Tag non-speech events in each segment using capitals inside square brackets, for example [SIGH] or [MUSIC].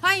欢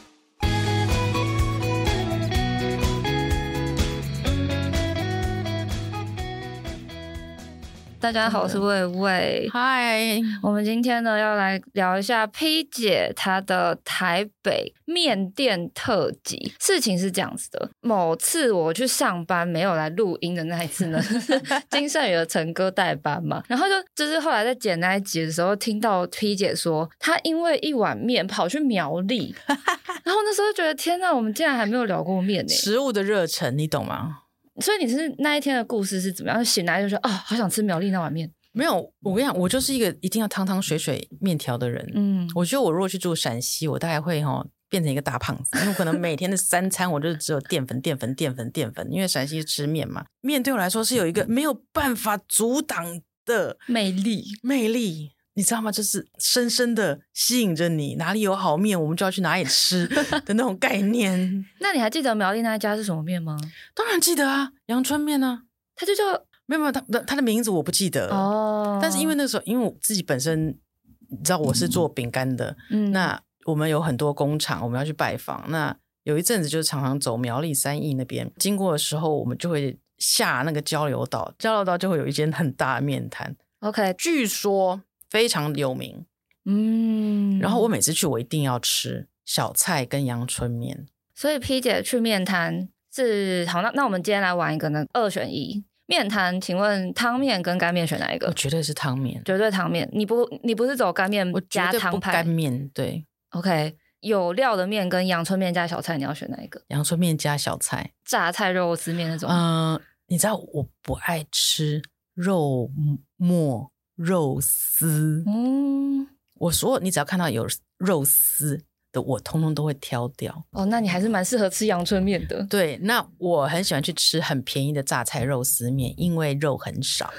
大家好，我是魏魏。嗨，我们今天呢要来聊一下 P 姐她的台北面店特辑。事情是这样子的，某次我去上班没有来录音的那一次呢， [LAUGHS] 就是金圣宇的陈哥代班嘛，然后就就是后来在剪那一集的时候，听到 P 姐说她因为一碗面跑去苗栗，然后那时候就觉得天呐，我们竟然还没有聊过面呢、食物的热忱，你懂吗？所以你是那一天的故事是怎么样？醒来就说啊、好想吃苗栗那碗面。没有，我跟你讲，我就是一个一定要汤汤水水面条的人。嗯，我觉得我如果去住陕西，我大概会哈、变成一个大胖子，因为我可能每天的三餐我就只有淀粉、淀粉、淀粉、淀粉，因为陕西吃面嘛，面对我来说是有一个没有办法阻挡的魅力。魅力。你知道吗？就是深深的吸引着你，哪里有好面，我们就要去哪里 [LAUGHS] 吃的那种概念。那你还记得苗栗那一家是什么面吗？当然记得啊，阳春面啊，它就叫没有没有，它它的名字我不记得哦，呃但是因为那时候，因为我自己本身，你知道我是做饼干的，嗯那我们有很多工厂，我们要去拜访。那有一阵子就是常常走苗栗三义那边，经过的时候，我们就会下那个交流道，交流道就会有一间很大的面摊， OK，据说非常有名。嗯，然后我每次去，我一定要吃小菜跟阳春面。所以 P 姐去面摊是好，那那我们今天来玩一个呢，二选一面摊，请问汤面跟干面选哪一我个？呃绝对是汤面，绝对汤面，你不你不是走干面我绝加对不汤派干面，对， ？OK，有料的面跟阳春面加小菜，你要选哪一个？阳春面加小菜。榨菜肉丝面那种，嗯、你知道我不爱吃肉末、肉丝，嗯，我所有你只要看到有肉丝的，我通通都会挑掉。哦，那你还是蛮适合吃阳春面的。对，那我很喜欢去吃很便宜的榨菜肉丝面，因为肉很 [LAUGHS] 少，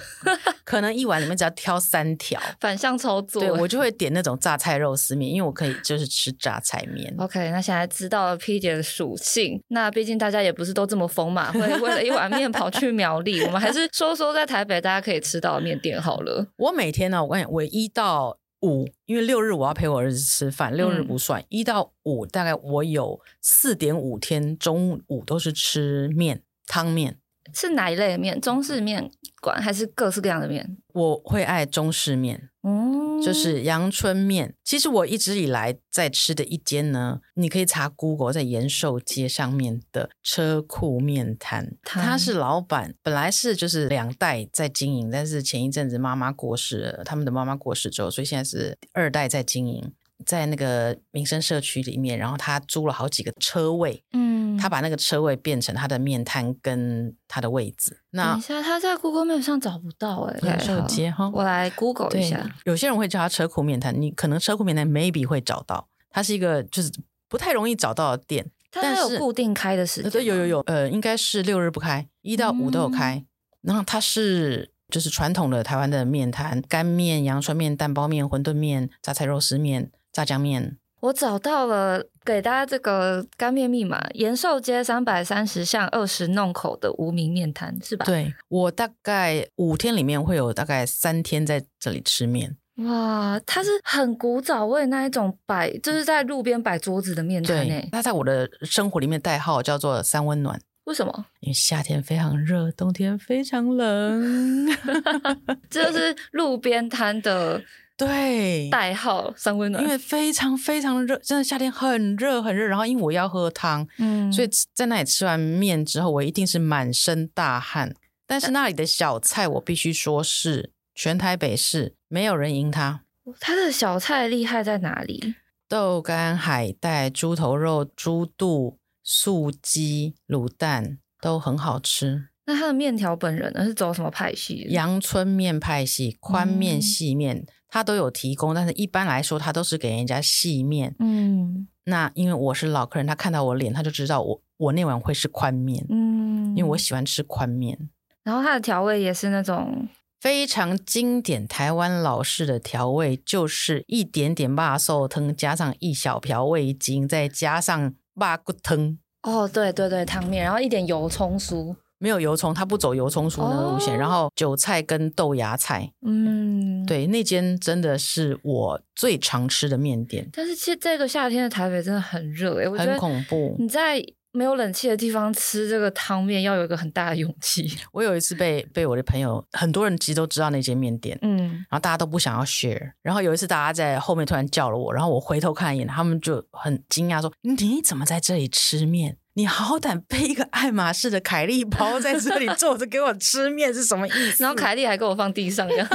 可能一碗里面只要挑三条。反向操作， [LAUGHS] 对，我就会点那种榨菜肉丝面，因为我可以就是吃榨菜面。 OK，那现在知道了 P 姐的属性，那毕竟大家也不是都这么疯嘛，会为了一碗面跑去苗栗，我们还是说说在台北大家可以吃到的面店好了。我每天呢、我跟你讲，我一到五，因为六日我要陪我儿子吃饭，六日嗯不算，一、到五大概我有四点五天中午都是吃面汤面，是哪一类的面？中式面馆还是各式各样的面？我会爱中式面，哦，就是阳春面。其实我一直以来在吃的一间呢，你可以查 Google，在延寿街上面的车库面摊，摊他是老板，本来是就是两代在经营，但是前一阵子妈妈过世了，他们的妈妈过世之后，所以现在是二代在经营。在那个民生社区里面，然后他租了好几个车位，嗯，他把那个车位变成他的面摊跟他的位置。等那一下，他在 Google Map 上找不到哎、延寿好街哈我来 Google 一对，下。有些人会叫它车库面摊，你可能车库面摊 maybe 会找到，它是一个就是不太容易找到的店。它但它有是固定开的时呃间，嗯对，有有。有，呃，应该是六日不开，一到五都有开。然后它是就是传统的台湾的面摊，干面、阳春面、蛋包面、馄饨面、榨菜肉丝面、炸酱面。我找到了，给大家这个干面密码：延寿街三百三十巷二十弄口的无名面摊，是吧？对我大概五天里面会有大概三天在这里吃面。哇，它是很古早味那一种摆，就是在路边摆桌子的面摊欸对诶，。它在我的生活里面代号叫做“三温暖”。为什么？ [LAUGHS] 因为夏天非常热，冬天非常冷。 [LAUGHS] 这就是路边摊的 [LAUGHS] 对，代号“三温暖”。因为非常非常热，真的夏天很热很热。然后因为我要喝汤，嗯，所以吃在那里吃完面之后，我一定是满身大汗。但是那里的小菜，我必须说是全台北市没有人赢它。它的小菜厉害在哪里？豆干、海带、猪头肉、猪肚、素鸡、卤蛋都很好吃。那它的面条本人呢是走什么派系的？阳春面派系、宽面、嗯细面，它都有提供，但是一般来说，它都是给人家细面。嗯那因为我是老客人，他看到我脸，他就知道我我那碗会是宽面，嗯，因为我喜欢吃宽面，然后它的调味也是那种非常经典台湾老式的调味，就是一点点辣瘦汤，加上一小瓢味精，再加上辣骨汤。哦，对对对，汤面，然后一点油葱酥，没有油葱，它不走油葱酥那个路线，哦然后韭菜跟豆芽菜，嗯，。对，那间真的是我最常吃的面店，但是现这个夏天的台北真的很热欸诶、我觉很得恐怖。你在没有冷气的地方吃这个汤面，要有一个很大的勇 [LAUGHS] 气。我有一次被被我的朋友，很多人其实都知道那间面店，嗯，然后大家都不想要 share。然后有一次，大家在后面突然叫了我，然后我回头看一眼，他们就很惊讶说：“你怎么在这里吃面？你好歹背一个爱马仕的凯利包在这里坐着给我吃面是什么意思？” [LAUGHS] 然后凯莉还给我放地上，这样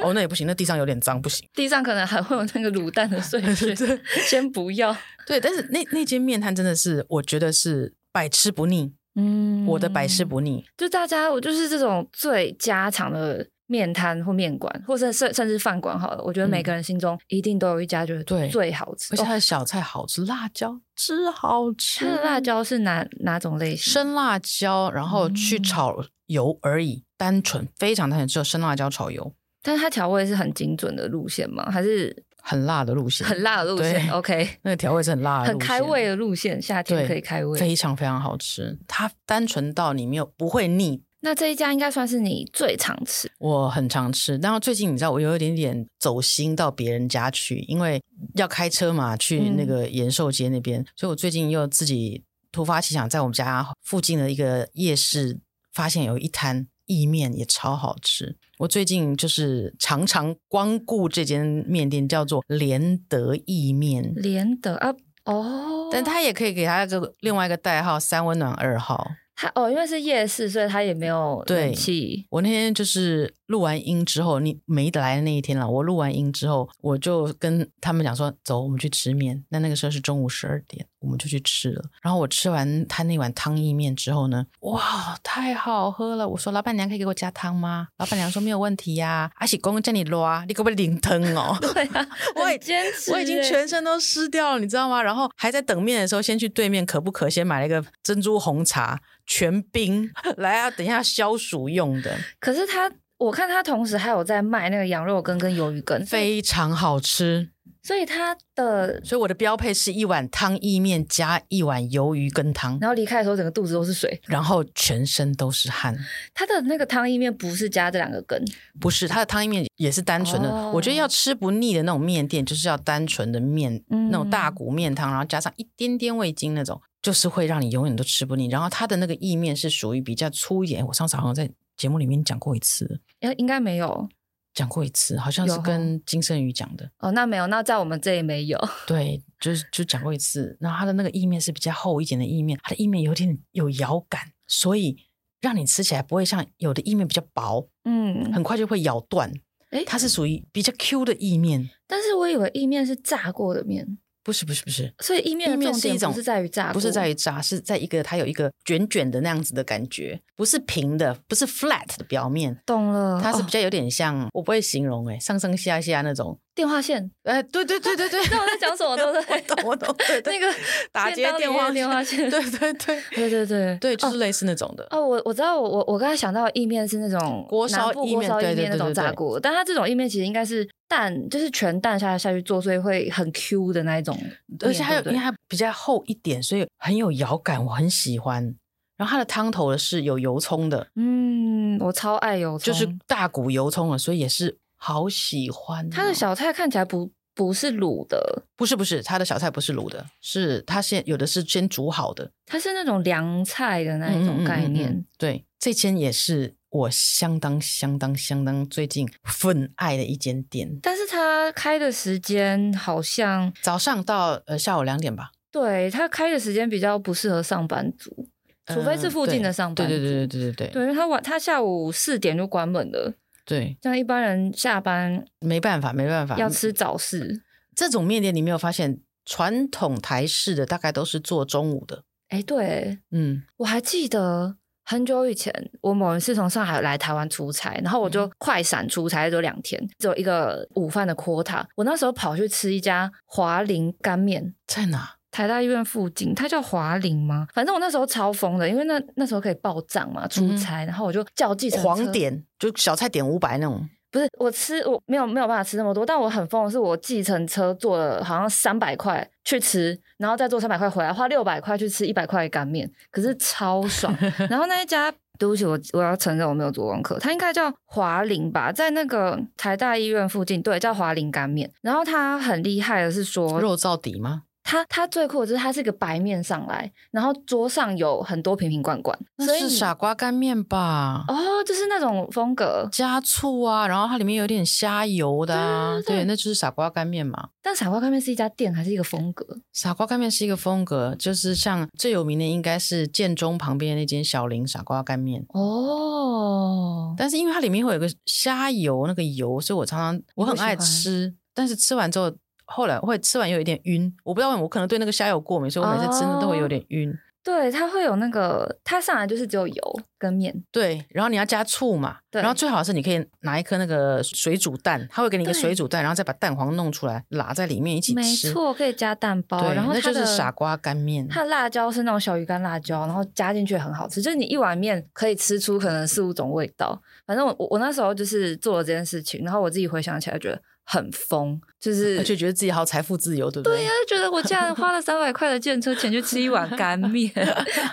哦，那也不行，那地上有点脏，不行。地上可能还会有那个卤蛋的碎屑，对先不要。对，但是那那间面摊真的是，我觉得是百吃不腻，嗯 [LAUGHS] 我的百吃不腻。就大家，我就是这种最家常的面摊或面馆，或者甚甚至饭馆好了，我觉得每个人心中一定都有一家觉嗯对得最好吃。而且哦它的小菜好吃，辣椒汁好吃，它的辣椒是哪哪种类型？生辣椒，然后去嗯炒油而已，单纯非常单纯，只有生辣椒炒油，但是它调味是很精准的路线吗？还是很辣的路线，很辣的路线对？OK，那个调味是很辣的路线，很开胃的路线，夏天对可以开胃。非常非常好吃。它单纯到你没有不会腻，那这一家应该算是你最常吃。我很常吃。然后最近你知道我有一点点走心到别人家去，因为要开车嘛，去那嗯个延寿街那边，所以我最近又自己突发奇想，在我们家附近的一个夜市发现有一摊。意面也超好吃，我最近就是常常光顾这间面店，叫做联德意面，连德啊，哦，但它也可以给它一个另外一个代号“三温暖二号”。它哦，因为是夜市，所以它也没有对冷 [LAUGHS] 气。我那天就是录完音之后，你没得来的那一天了。我录完音之后，我就跟他们讲说：“走，我们去吃面。”那那个时候是中午十二点，我们就去吃了。然后我吃完他那碗汤意面之后呢，哇，太好喝了！我说：“老板娘可以给我加汤吗？”老板娘说：“没有问题呀、阿喜公叫你拉，你可不可以淋汤哦？” [LAUGHS] 对啊，我已很坚持欸，我已经全身都湿掉了，你知道吗？然后还在等面的时候，先去对面可不可先买了一个珍珠红茶全冰 [LAUGHS] 来啊，等一下消暑用的，可是他，我看他同时还有在卖那个羊肉羹跟鱿鱼羹，所以非常好吃。所以他的，所以我的标配是一碗汤意面加一碗鱿鱼羹汤，然后离开的时候整个肚子都是水。然后全身都是汗。他的那个汤意面不是加这两个羹，不是，它的汤意面也是单纯的。哦我觉得要吃不腻的那种面店，就是要单纯的面，嗯那种大骨面汤，然后加上一点点味精那种，就是会让你永远都吃不腻。然后它的那个意面是属于比较粗一点，我上次好像在节目里面讲过一次，应应该没有讲过一次，好像有是哦跟金圣宇讲的，哦，那没有，那在我们这里没有。对，就是就讲过一次。然后它的那个意面是比较厚一点的意面，它的意面有点有咬感，所以让你吃起来不会像有的意面比较薄，嗯，很快就会咬断。诶它是属于比较 Q 的意面。但是我以为意面是炸过的面，不是不是不是，所以意面意的面重是一点种不是在于炸过，不是在于炸，是在一个它有一个卷卷的那样子的感觉，不是平的，不是 flat 的表面，懂了，它是比哦较有点像，我不会形容哎、上上下下那种。电 [LAUGHS] 话线。哎，对对对 [LAUGHS] 对对，那我在讲什哦么，对不我对？懂我懂，对对那个打便接当里电面话的电话 [LAUGHS] 线，对对对 [LAUGHS] 对对对对，就哦是类似那种的。哦，我我知道，我我我刚才想到意面是那种锅烧南部意锅面烧对意对面那对种对炸对锅，但它这种意面其实应该是蛋，就是全蛋下下去做，所以会很 Q 的那一种面，而且还有，对因为不对它比较厚一点，所以很有咬感，我很喜欢。然后它的汤头呢是有油葱的，嗯，我超爱油葱，就是大骨油葱了，所以也是好喜欢哦。它的小菜看起来不不是卤的，不是不是，它的小菜不是卤的，是它先有的是先煮好的它是那种凉菜的那一种概念。嗯嗯嗯嗯嗯对，这间也是我相当相当相当最近份爱的一间店。但是它开的时间好像，早上到呃下午两点吧，对它开的时间比较不适合上班族，除非是嗯附近对的上班族。对对对对对对对对，因为它晚，它下午四点就关门了，对，像一般人下班没办法没办法，嗯要吃早市。这种面店，你没有发现传统台式的大概都是做中午的，哎，对嗯，我还记得很久以前，我某一次从上海来台湾出差，然后我就快闪出差，只有两天，只有一个午饭的 quota。我那时候跑去吃一家华林干面。在哪？台大医院附近，它叫华林吗？反正我那时候超疯的，因为那那时候可以报账嘛，出差，然后我就叫计程车。黄点就小菜点五百那种，不是我吃我没有没有办法吃那么多，但我很疯的是，我计程车坐了好像三百块去吃，然后再坐三百块回来，花六百块去吃一百块的干面，可是超爽。然后那一家。对不起，我我要承认我没有做功课，它应该叫华林吧，在那个台大医院附近，对，叫华林干面。然后它很厉害的是说，肉燥底吗？它它最酷的就是它是一个白面上来，然后桌上有很多瓶瓶罐罐，所那以是你傻瓜干面吧？哦，就是那种风格。加醋啊，然后它里面有点虾油的啊，对，那就是傻瓜干面嘛。但傻瓜干面是一家店还是一个风格？傻瓜干面是一个风格，就是像最有名的应该是建中旁边那间小林傻瓜干面，哦，但是因为它里面会有个虾油，那个油，所以我常常我很爱吃，但是吃完之后。后来会吃完有一点晕，我不知道为什么，我可能对那个虾油过敏，所以我每次吃的都哦会有点晕。对，它会有那个，它上来就是只有油跟面，对，然后你要加醋嘛，对然后最好是你可以拿一颗那个水煮蛋，它会给你一个对水煮蛋，然后再把蛋黄弄出来，拉在里面一起没吃。错，可以加蛋包，对然后那它就的是傻瓜干面。它的辣椒是那种小鱼干辣椒，然后加进去很好吃，就是你一碗面可以吃出可能四五种味道。反正我我我那时候就是做了这件事情，然后我自己回想起来觉得很疯，就是而且觉得自己好财富自由，对不对？对呀、觉得我竟然花了三百块的健车钱去吃一碗 [LAUGHS] 干面，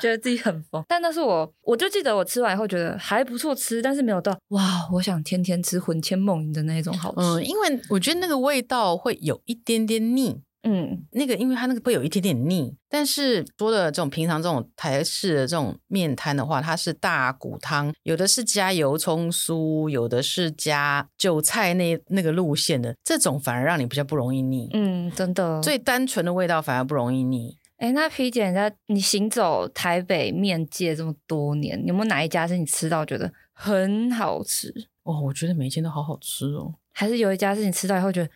觉得自己很疯。但那是我，我就记得我吃完以后觉得还不错吃，但是没有到哇，我想天天吃魂牵梦萦的那一种好嗯，吃。因为我觉得那个味道会有一点点腻，嗯，那个因为它那个会有一点点腻，但是说的这种平常这种台式的这种面摊的话，它是大骨汤，有的是加油葱酥，有的是加韭菜那那个路线的，这种反而让你比较不容易腻。嗯，真的。最单纯的味道反而不容易腻。哎，那皮姐，你在你行走台北面界这么多年，有没有哪一家是你吃到觉得很好吃，哦，我觉得每一间都好好吃哦，还是有一家是你吃到以后觉得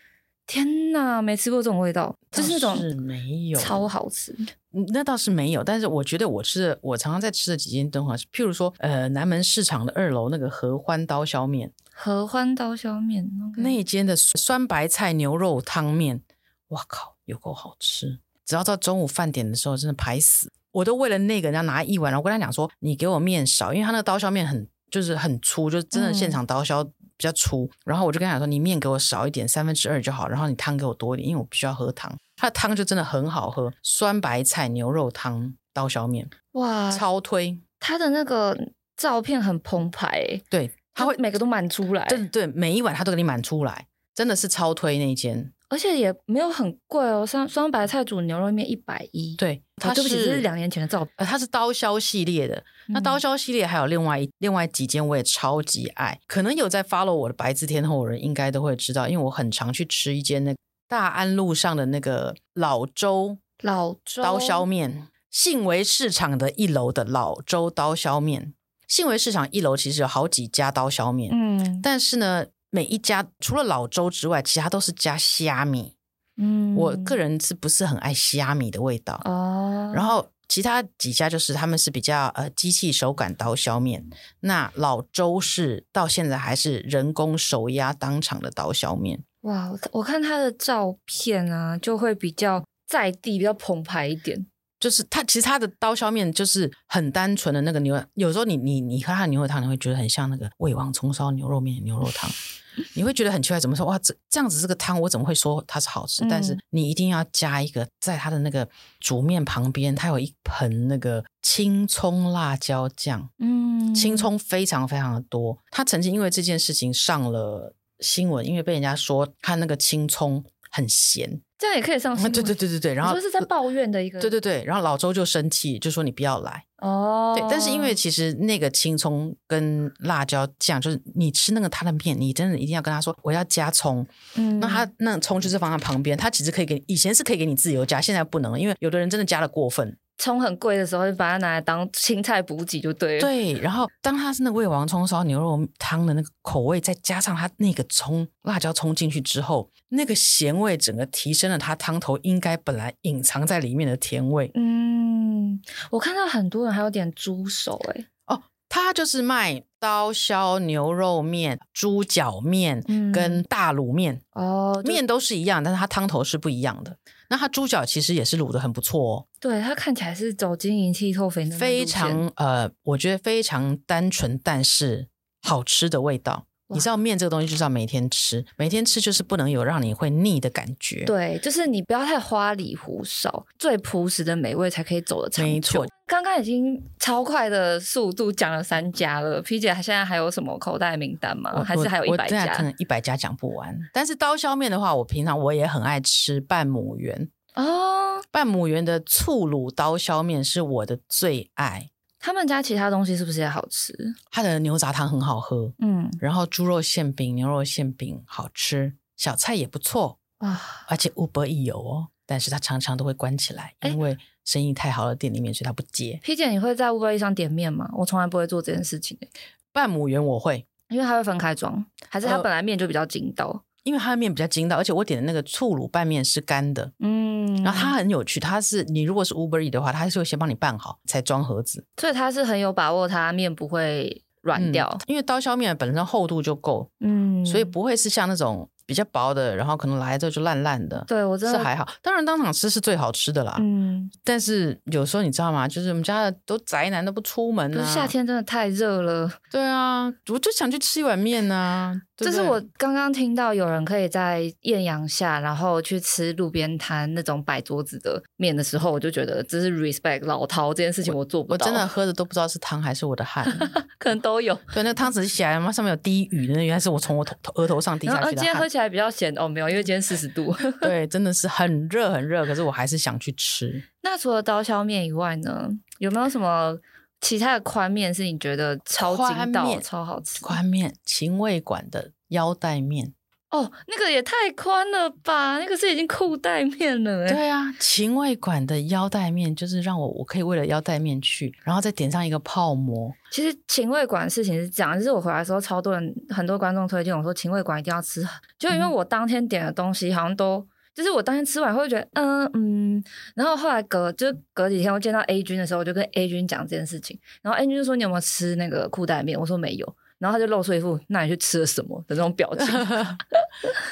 天哪，没吃过这种味道，就是那倒是种没有超好吃。嗯那倒是没有，但是我觉得我吃的，我常常在吃的几间都很好吃。譬如说，呃，南门市场的二楼那个合欢刀削面，合欢刀削面，OK，那一间的酸白菜牛肉汤面，哇靠，有够好吃！只要到中午饭点的时候，真的排死。我都为了那个人家拿一碗，然后我跟他讲说，你给我面少，因为他那个刀削面很就是很粗，就是真的嗯现场刀削比较粗。然后我就跟他讲说，你面给我少一点，三分之二就好，然后你汤给我多一点，因为我必须要喝汤。他的汤就真的很好喝，酸白菜牛肉汤刀削面，哇，超推。他的那个照片很澎湃欸，对，他会每个都满出来，对对，每一碗他都给你满出来，真的是超推那一间。而且也没有很贵哦，双双白菜煮牛肉面一百一，对，它哦，对不起，这是两年前的照片。呃，它是刀削系列的。那刀嗯削系列还有另外一另外几间我也超级爱，可能有在 follow 我的白字天后的人应该都会知道，因为我很常去吃一间那个大安路上的那个老周老周刀削面，信维市场的一楼的老周刀削面。信维市场一楼其实有好几家刀削面，嗯但是呢，每一家除了老周之外，其他都是加虾米。嗯我个人是不是很爱虾米的味道？哦，然后其他几家就是他们是比较呃机器手擀刀削面，那老周是到现在还是人工手压当场的刀削面，哇，我我看他的照片啊，就会比较在地，比较澎湃一点。嗯就是它其实它的刀削面就是很单纯的那个牛肉，有时候你你你喝它的牛肉汤，你会觉得很像那个魏王葱烧牛肉面的牛肉汤。你会觉得很奇怪，怎么说哇？这这样子这个汤，我怎么会说它是好吃？但是嗯你一定要加一个，在它的那个煮面旁边，它有一盆那个青葱辣椒酱，嗯青，葱非常非常的多。他曾经因为这件事情上了新闻，因为被人家说他那个青葱很咸。这样也可以哦上 [LAUGHS] 新对闻。啊对对对对，然后呃你说是在抱怨的一个对对对，然后老周就生气，就说你不要来。哦，对，但是因为其实那个青葱跟辣椒酱，就是你吃那个他的面，你真的一定要跟他说我要加葱。嗯那他那葱就是放在旁边，他其实可以给以前是可以给你自由加，现在不能了，因为有的人真的加的过分。葱很贵的时候，就把它拿来当青菜补给就对了。对，然后当它是那个味王葱烧牛肉汤的那个口味，再加上它那个葱辣椒冲进去之后，那个咸味整个提升了它汤头应该本来隐藏在里面的甜味。嗯，我看到很多人还有点猪手、欸，哦，它就是卖刀削牛肉面、猪脚面嗯跟大卤面，哦，就面都是一样，但是它汤头是不一样的。那它猪脚其实也是卤的很不错哦，对，它看起来是走晶莹剔透、肥嫩的路线，非常呃，我觉得非常单纯，但是好吃的味道。你知道面这个东西就是要每天吃，每天吃就是不能有让你会腻的感觉。对，就是你不要太花里胡哨，最朴实的美味才可以走得长久。没错刚刚已经超快的速度讲了三家了，P 姐现在还有什么口袋名单吗？我还是还有我一我百等下可家？能一百家讲不完。但是刀削面的话，我平常我也很爱吃半亩园，哦，半亩园的醋卤刀削面是我的最爱，他们家其他东西是不是也好吃？它的牛杂汤很好喝，嗯，然后猪肉馅饼、牛肉馅饼好吃，小菜也不错，哇，而且 Uber 一有哦，但是它常常都会关起来，哎因为生意太好了，店里面所以它不接。 P 姐，你会在 Uber Eats 上点面吗？我从来不会做这件事情、欸，半亩园我会，因为它会分开装，还是它呃本来面就比较筋道？因为它的面比较筋道，而且我点的那个醋卤拌面是干的，嗯，然后它很有趣，它是你如果是 Uber E 的话，它是会先帮你拌好才装盒子，所以它是很有把握，它面不会软嗯掉。因为刀削面本身厚度就够，嗯，所以不会是像那种比较薄的，然后可能来了之后就烂烂的。对我真是的还好，当然当场吃是最好吃的啦。嗯，但是有时候你知道吗？就是我们家的都宅男都不出门、可啊，是夏。天真的太热了。对啊，我就想去吃一碗面呐、对这不是对我刚刚听到有人可以在艳阳下，然后去吃路边摊那种摆桌子的面的时候，我就觉得这是 respect 老饕这件事情，我做不我到，真的喝的都不知道是汤还是我的 [LAUGHS] 汗。可能都有。对，那个汤匙起来，妈上面有滴雨，那原来是我从我头头额头上滴然下后呃去的今天喝汗。起来比较咸哦，没有，因为今天四十 [LAUGHS] 度。 [LAUGHS] 对，真的是很热很热，可是我还是想去吃。那除了刀削面以外呢，有没有什么其他的宽面是你觉得超宽筋道、面超好吃？宽面，秦味馆的腰带面。哦，那个也太宽了吧，那个是已经裤带面了哎、对啊，秦味馆的腰带面就是让我我可以为了腰带面去，然后再点上一个泡馍。其实秦味馆的事情是这样，就是我回来的时候，超多人很多观众推荐我说秦味馆一定要吃，就因为嗯我当天点的东西好像都。就是我当天吃完会觉得，嗯嗯，然后后来隔就是隔几天我见到 A 君的时候，我就跟 A 君讲这件事情，然后 A 君就说你有没有吃那个裤带面？我说没有，然后他就露出一副那你去吃了什么的那种表情。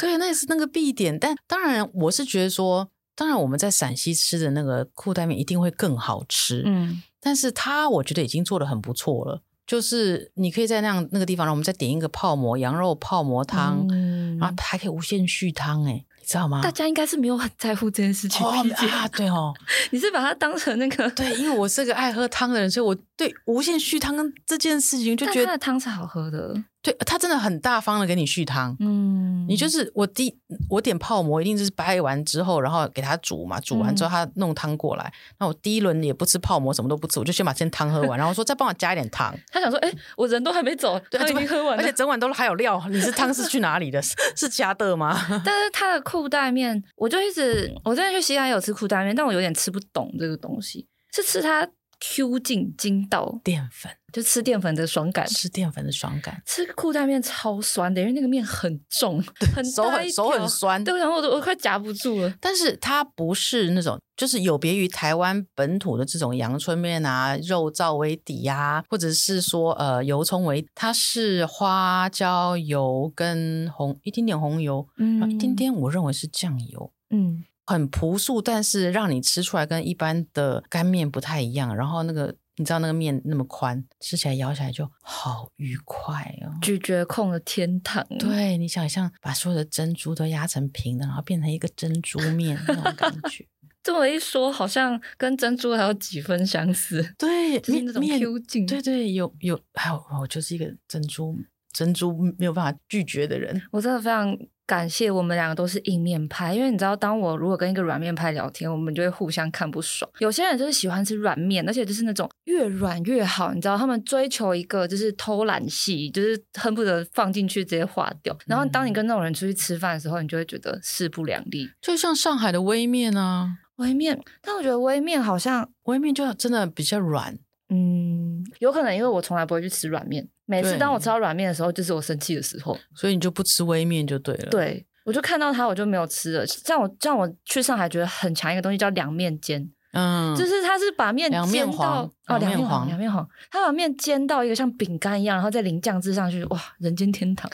对，那也是那个必点。但当然，我是觉得说，当然我们在陕西吃的那个裤带面一定会更好吃。 [LAUGHS] 嗯，但是它我觉得已经做的很不错了。就是你可以在那样那个地方，然后我们再点一个泡馍，羊肉泡馍汤，嗯然后还可以无限续汤、欸，你知道吗？大家应该是没有很在乎这件事情。哦 P 姐啊，对哦，你是把它当成那 [LAUGHS] 个？对，因为我是个爱喝汤的人，所以我对无限续汤跟这件事情就但觉它得的，汤是好喝的。对他真的很大方的给你续汤。嗯，你就是我第我点泡馍，一定就是掰完之后，然后给它煮嘛，煮完之嗯后他弄汤过来。那我第一轮也不吃泡馍，什么都不吃，我就先把先汤喝完，然后说再帮我加一点汤。他想说，哎、我人都还没走，对，他已怎么经喝完而且了。整碗都还有料。你是汤是去哪 [LAUGHS] 里的？是是加的吗？但是他的裤带面，我就一直，我之前去西安有吃裤带面，但我有点吃不懂这个东西，是吃它 Q 劲筋道，淀粉就吃淀粉的爽感。吃淀粉的爽感，吃裤带面超酸的，因为那个面很 [LAUGHS] 重，很啊手大一很手条很酸。对，然后我都我快夹不住了。但是它不是那种，就是有别于台湾本土的这种阳春面啊、肉燥为底呀、或者是说呃油葱为，它是花椒油跟红一丁点红油，然后嗯一丁，点我认为是酱油，嗯，很朴素，但是让你吃出来跟一般的干面不太一样。然后那个你知道那个面那么宽，吃起来咬起来就好愉快哦。咀嚼控的天堂。，对你想象把所有的珍珠都压成平的，然后变成一个珍珠面那种感觉。这么一说，好像跟珍珠还有几分相似，对，就是那种面 Q 劲。对对，有有，还有我就是一个珍珠珍珠没有办法拒绝的人。我真的非常感谢我们两个都是硬面派，因为你知道，当我如果跟一个软面派聊天，我们就会互相看不爽。有些人就是喜欢吃软面，而且就是那种越软越好，你知道，他们追求一个就是偷懒系，就是恨不得放进去直接化掉。然后当你跟那种人出去吃饭的时候，你就会觉得势不两立。就像上海的微面啊，微面，但我觉得微面好像，微面就真的比较软。嗯，有可能因为我从来不会去吃软面，每次对当我吃到软面的时候，就是我生气的时候。所以你就不吃微面就对了。，对，我就看到它，我就没有吃了。像我像我去上海，觉得很强一个东西叫凉面煎，嗯，就是它是把面凉面煎黄到凉哦，凉面面黄，黄凉面黄，它把面煎到一个像饼干一样，然后再淋酱汁上去，哇，人间 [LAUGHS] 天堂，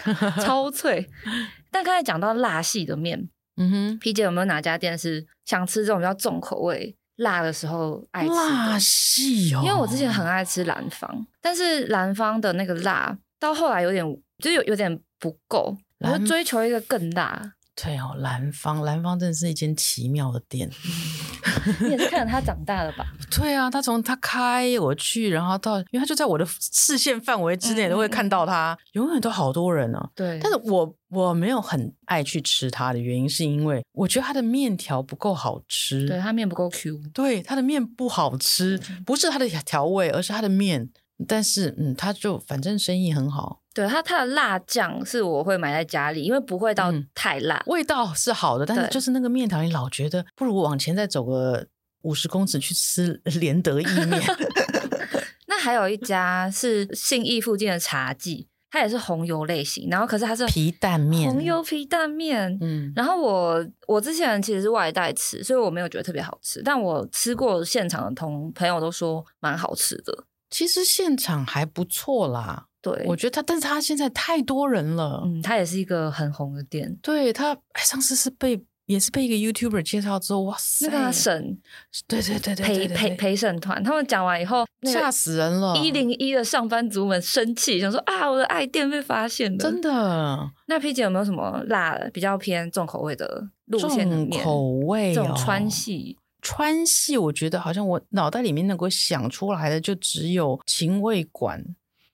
超脆。但刚才讲到辣系的面嗯，P 姐有没有哪家店是想吃这种比较重口味辣的时候爱哼，吃的辣系哦，因为我之前很爱吃兰芳，但是兰芳的那个辣到后来有点，就是有有点不够，我会蓝追求一个更大。对哦，兰芳，兰芳真的是一间奇妙的店。你也是看着他长大的吧？ [LAUGHS] 对啊，他从他开我去，然后到，因为他就在我的视线范围之内，嗯都会看到他，永远都好多人啊。对，但是我我没有很爱去吃它的原因，是因为我觉得它的面条不够好吃。对他面不够 Q，对，它的面不好吃，不是它的调味，而是它的面。但是，嗯，它就反正生意很好，对他他的辣酱是我会买在家里，因为不会到嗯太辣。味道是好的，但是对就是那个面条，你老觉得不如往前再走个五十公尺去吃连德意 [LAUGHS] 面。 [LAUGHS] 那还有一家是信义附近的茶记，它也是红油类型，然后可是它是皮蛋面，红油皮蛋面。嗯，然后我我之前其实是外带吃，所以我没有觉得特别好吃，但我吃过现场的同朋友都说蛮好吃的。其实现场还不错啦，对，我觉得它，但是它现在太多人了，嗯，它也是一个很红的店。对他，哎，上次是被也是被一个 YouTuber 介绍之后，哇塞，那个啊沈对对对对陪对对陪对陪审团，他们讲完以后，那吓个死人了，一零一的上班族们生气，想说啊，我的爱店被发现了。真的那 P 姐有没有什么辣的比较偏重口味的路线的重面？口味、这哦，种川系，川系，我觉得好像我脑袋里面能够想出来的就只有秦味馆，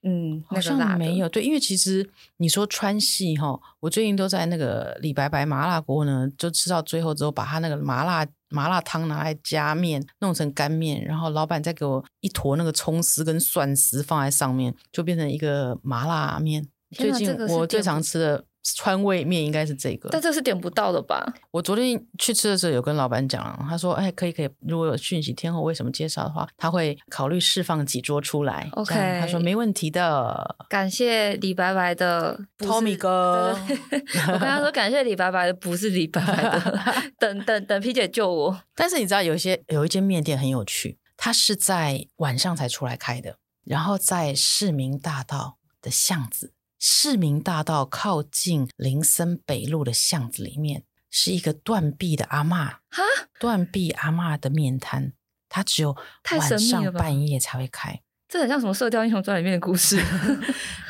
嗯，好那个辣像的没有。对，因为其实你说川系哈，我最近都在那个李白白麻辣锅呢，就吃到最后之后，把他那个麻辣麻辣汤拿来加面，弄成干面，然后老板再给我一坨那个葱丝跟蒜丝放在上面，就变成一个麻辣面。最天哪近这个是我最点常吃的川味面应该是这个，但这是点不到的吧？我昨天去吃的时候有跟老板讲，他说：“哎，可以可以，如果有讯息天后为什么介绍的话，他会考虑释放几桌出来。 OK 这样他说没问题的。感谢李白白的不是 Tommy 哥 [LAUGHS] 对对对 [LAUGHS] 我跟他说感谢李白白的不是李白白 [LAUGHS] [LAUGHS] 的，等等等 P 姐救我。但是你知道，有一些有一间面店很有趣，它是在晚上才出来开的，然后在市民大道的巷子，市民大道靠近林森北路的巷子里面，是一个断臂的阿嬷，哈，断臂阿嬷的面摊，它只有太神晚秘了上吧半夜才会开。”这很像什么《射雕英雄传》里面的 [LAUGHS] 故事。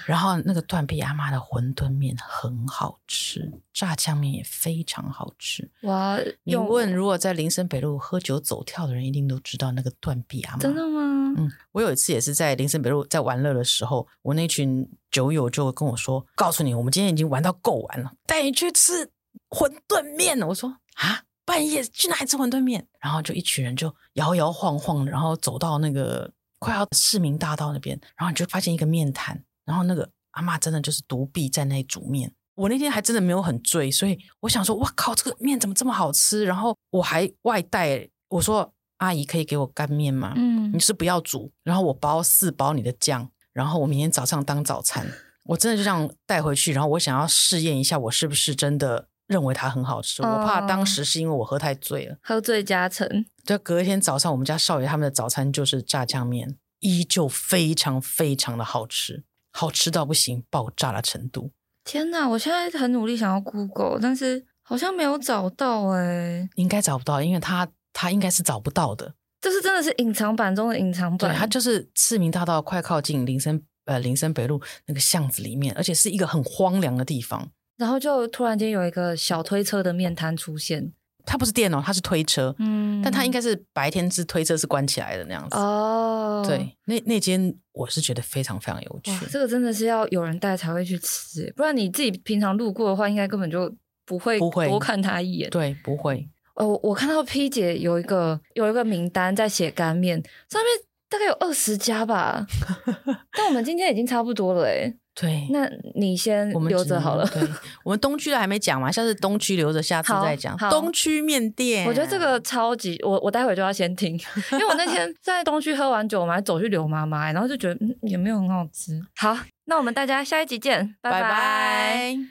然后那个断臂阿妈的馄饨面很好吃，炸酱面也非常好吃。我要你用问啊如果在林森北路喝酒走跳的人，一定都知道那个断臂阿妈。真的吗？嗯，我有一次也是在林森北路在玩乐的时候，我那群酒友就跟我说：“告诉你，我们今天已经玩到够玩了，带你去吃馄饨面了。”我说：“啊，半夜去哪里吃馄饨面？”然后就一群人就摇摇晃晃的，然后走到那个快要市民大道那边，然后你就发现一个面摊，然后那个阿嬷真的就是独臂在那里煮面。我那天还真的没有很醉，所以我想说，哇靠，这个面怎么这么好吃？然后我还外带，我说阿姨可以给我干面吗？嗯你，是不要煮，然后我包四包你的酱，然后我明天早上当早餐。我真的就这样带回去，然后我想要试验一下，我是不是真的认为它很好吃。我怕当时是因为我喝太醉了。喝醉加成，就隔一天早上，我们家少爷他们的早餐就是炸酱面，依旧非常非常的好吃，好吃到不行，爆炸的程度。天哪！我现在很努力想要 Google，但是好像没有找到哎、应该找不到，因为他他应该是找不到的。这是真的是隐藏版中的隐藏对，版，它就是市民大道快靠近林森呃林森北路那个巷子里面，而且是一个很荒凉的地方。然后就突然间有一个小推车的面摊出现，它不是电哦，它是推车，嗯但它应该是白天是推车是关起来的那样子。哦，对，那那间我是觉得非常非常有趣哇。，这个真的是要有人带才会去吃欸，不然你自己平常路过的话，应该根本就不会不会多看他一眼。对，不会，呃，我我看到 P 姐有一个有一个名单在写干面，上面大概有二十 [LAUGHS] 家吧，但我们今天已经差不多了哎，对，那你先我们留只着好了 [LAUGHS] 能。对，我们东区的还没讲完，下次东区留着，下次好再讲。好东区面店，我觉得这个超级，我我待会就要先听，因为我那天在东区喝完酒，我们还走去刘妈妈、欸然后就觉得嗯也没有很好吃。好，那我们大家下一集见，拜拜拜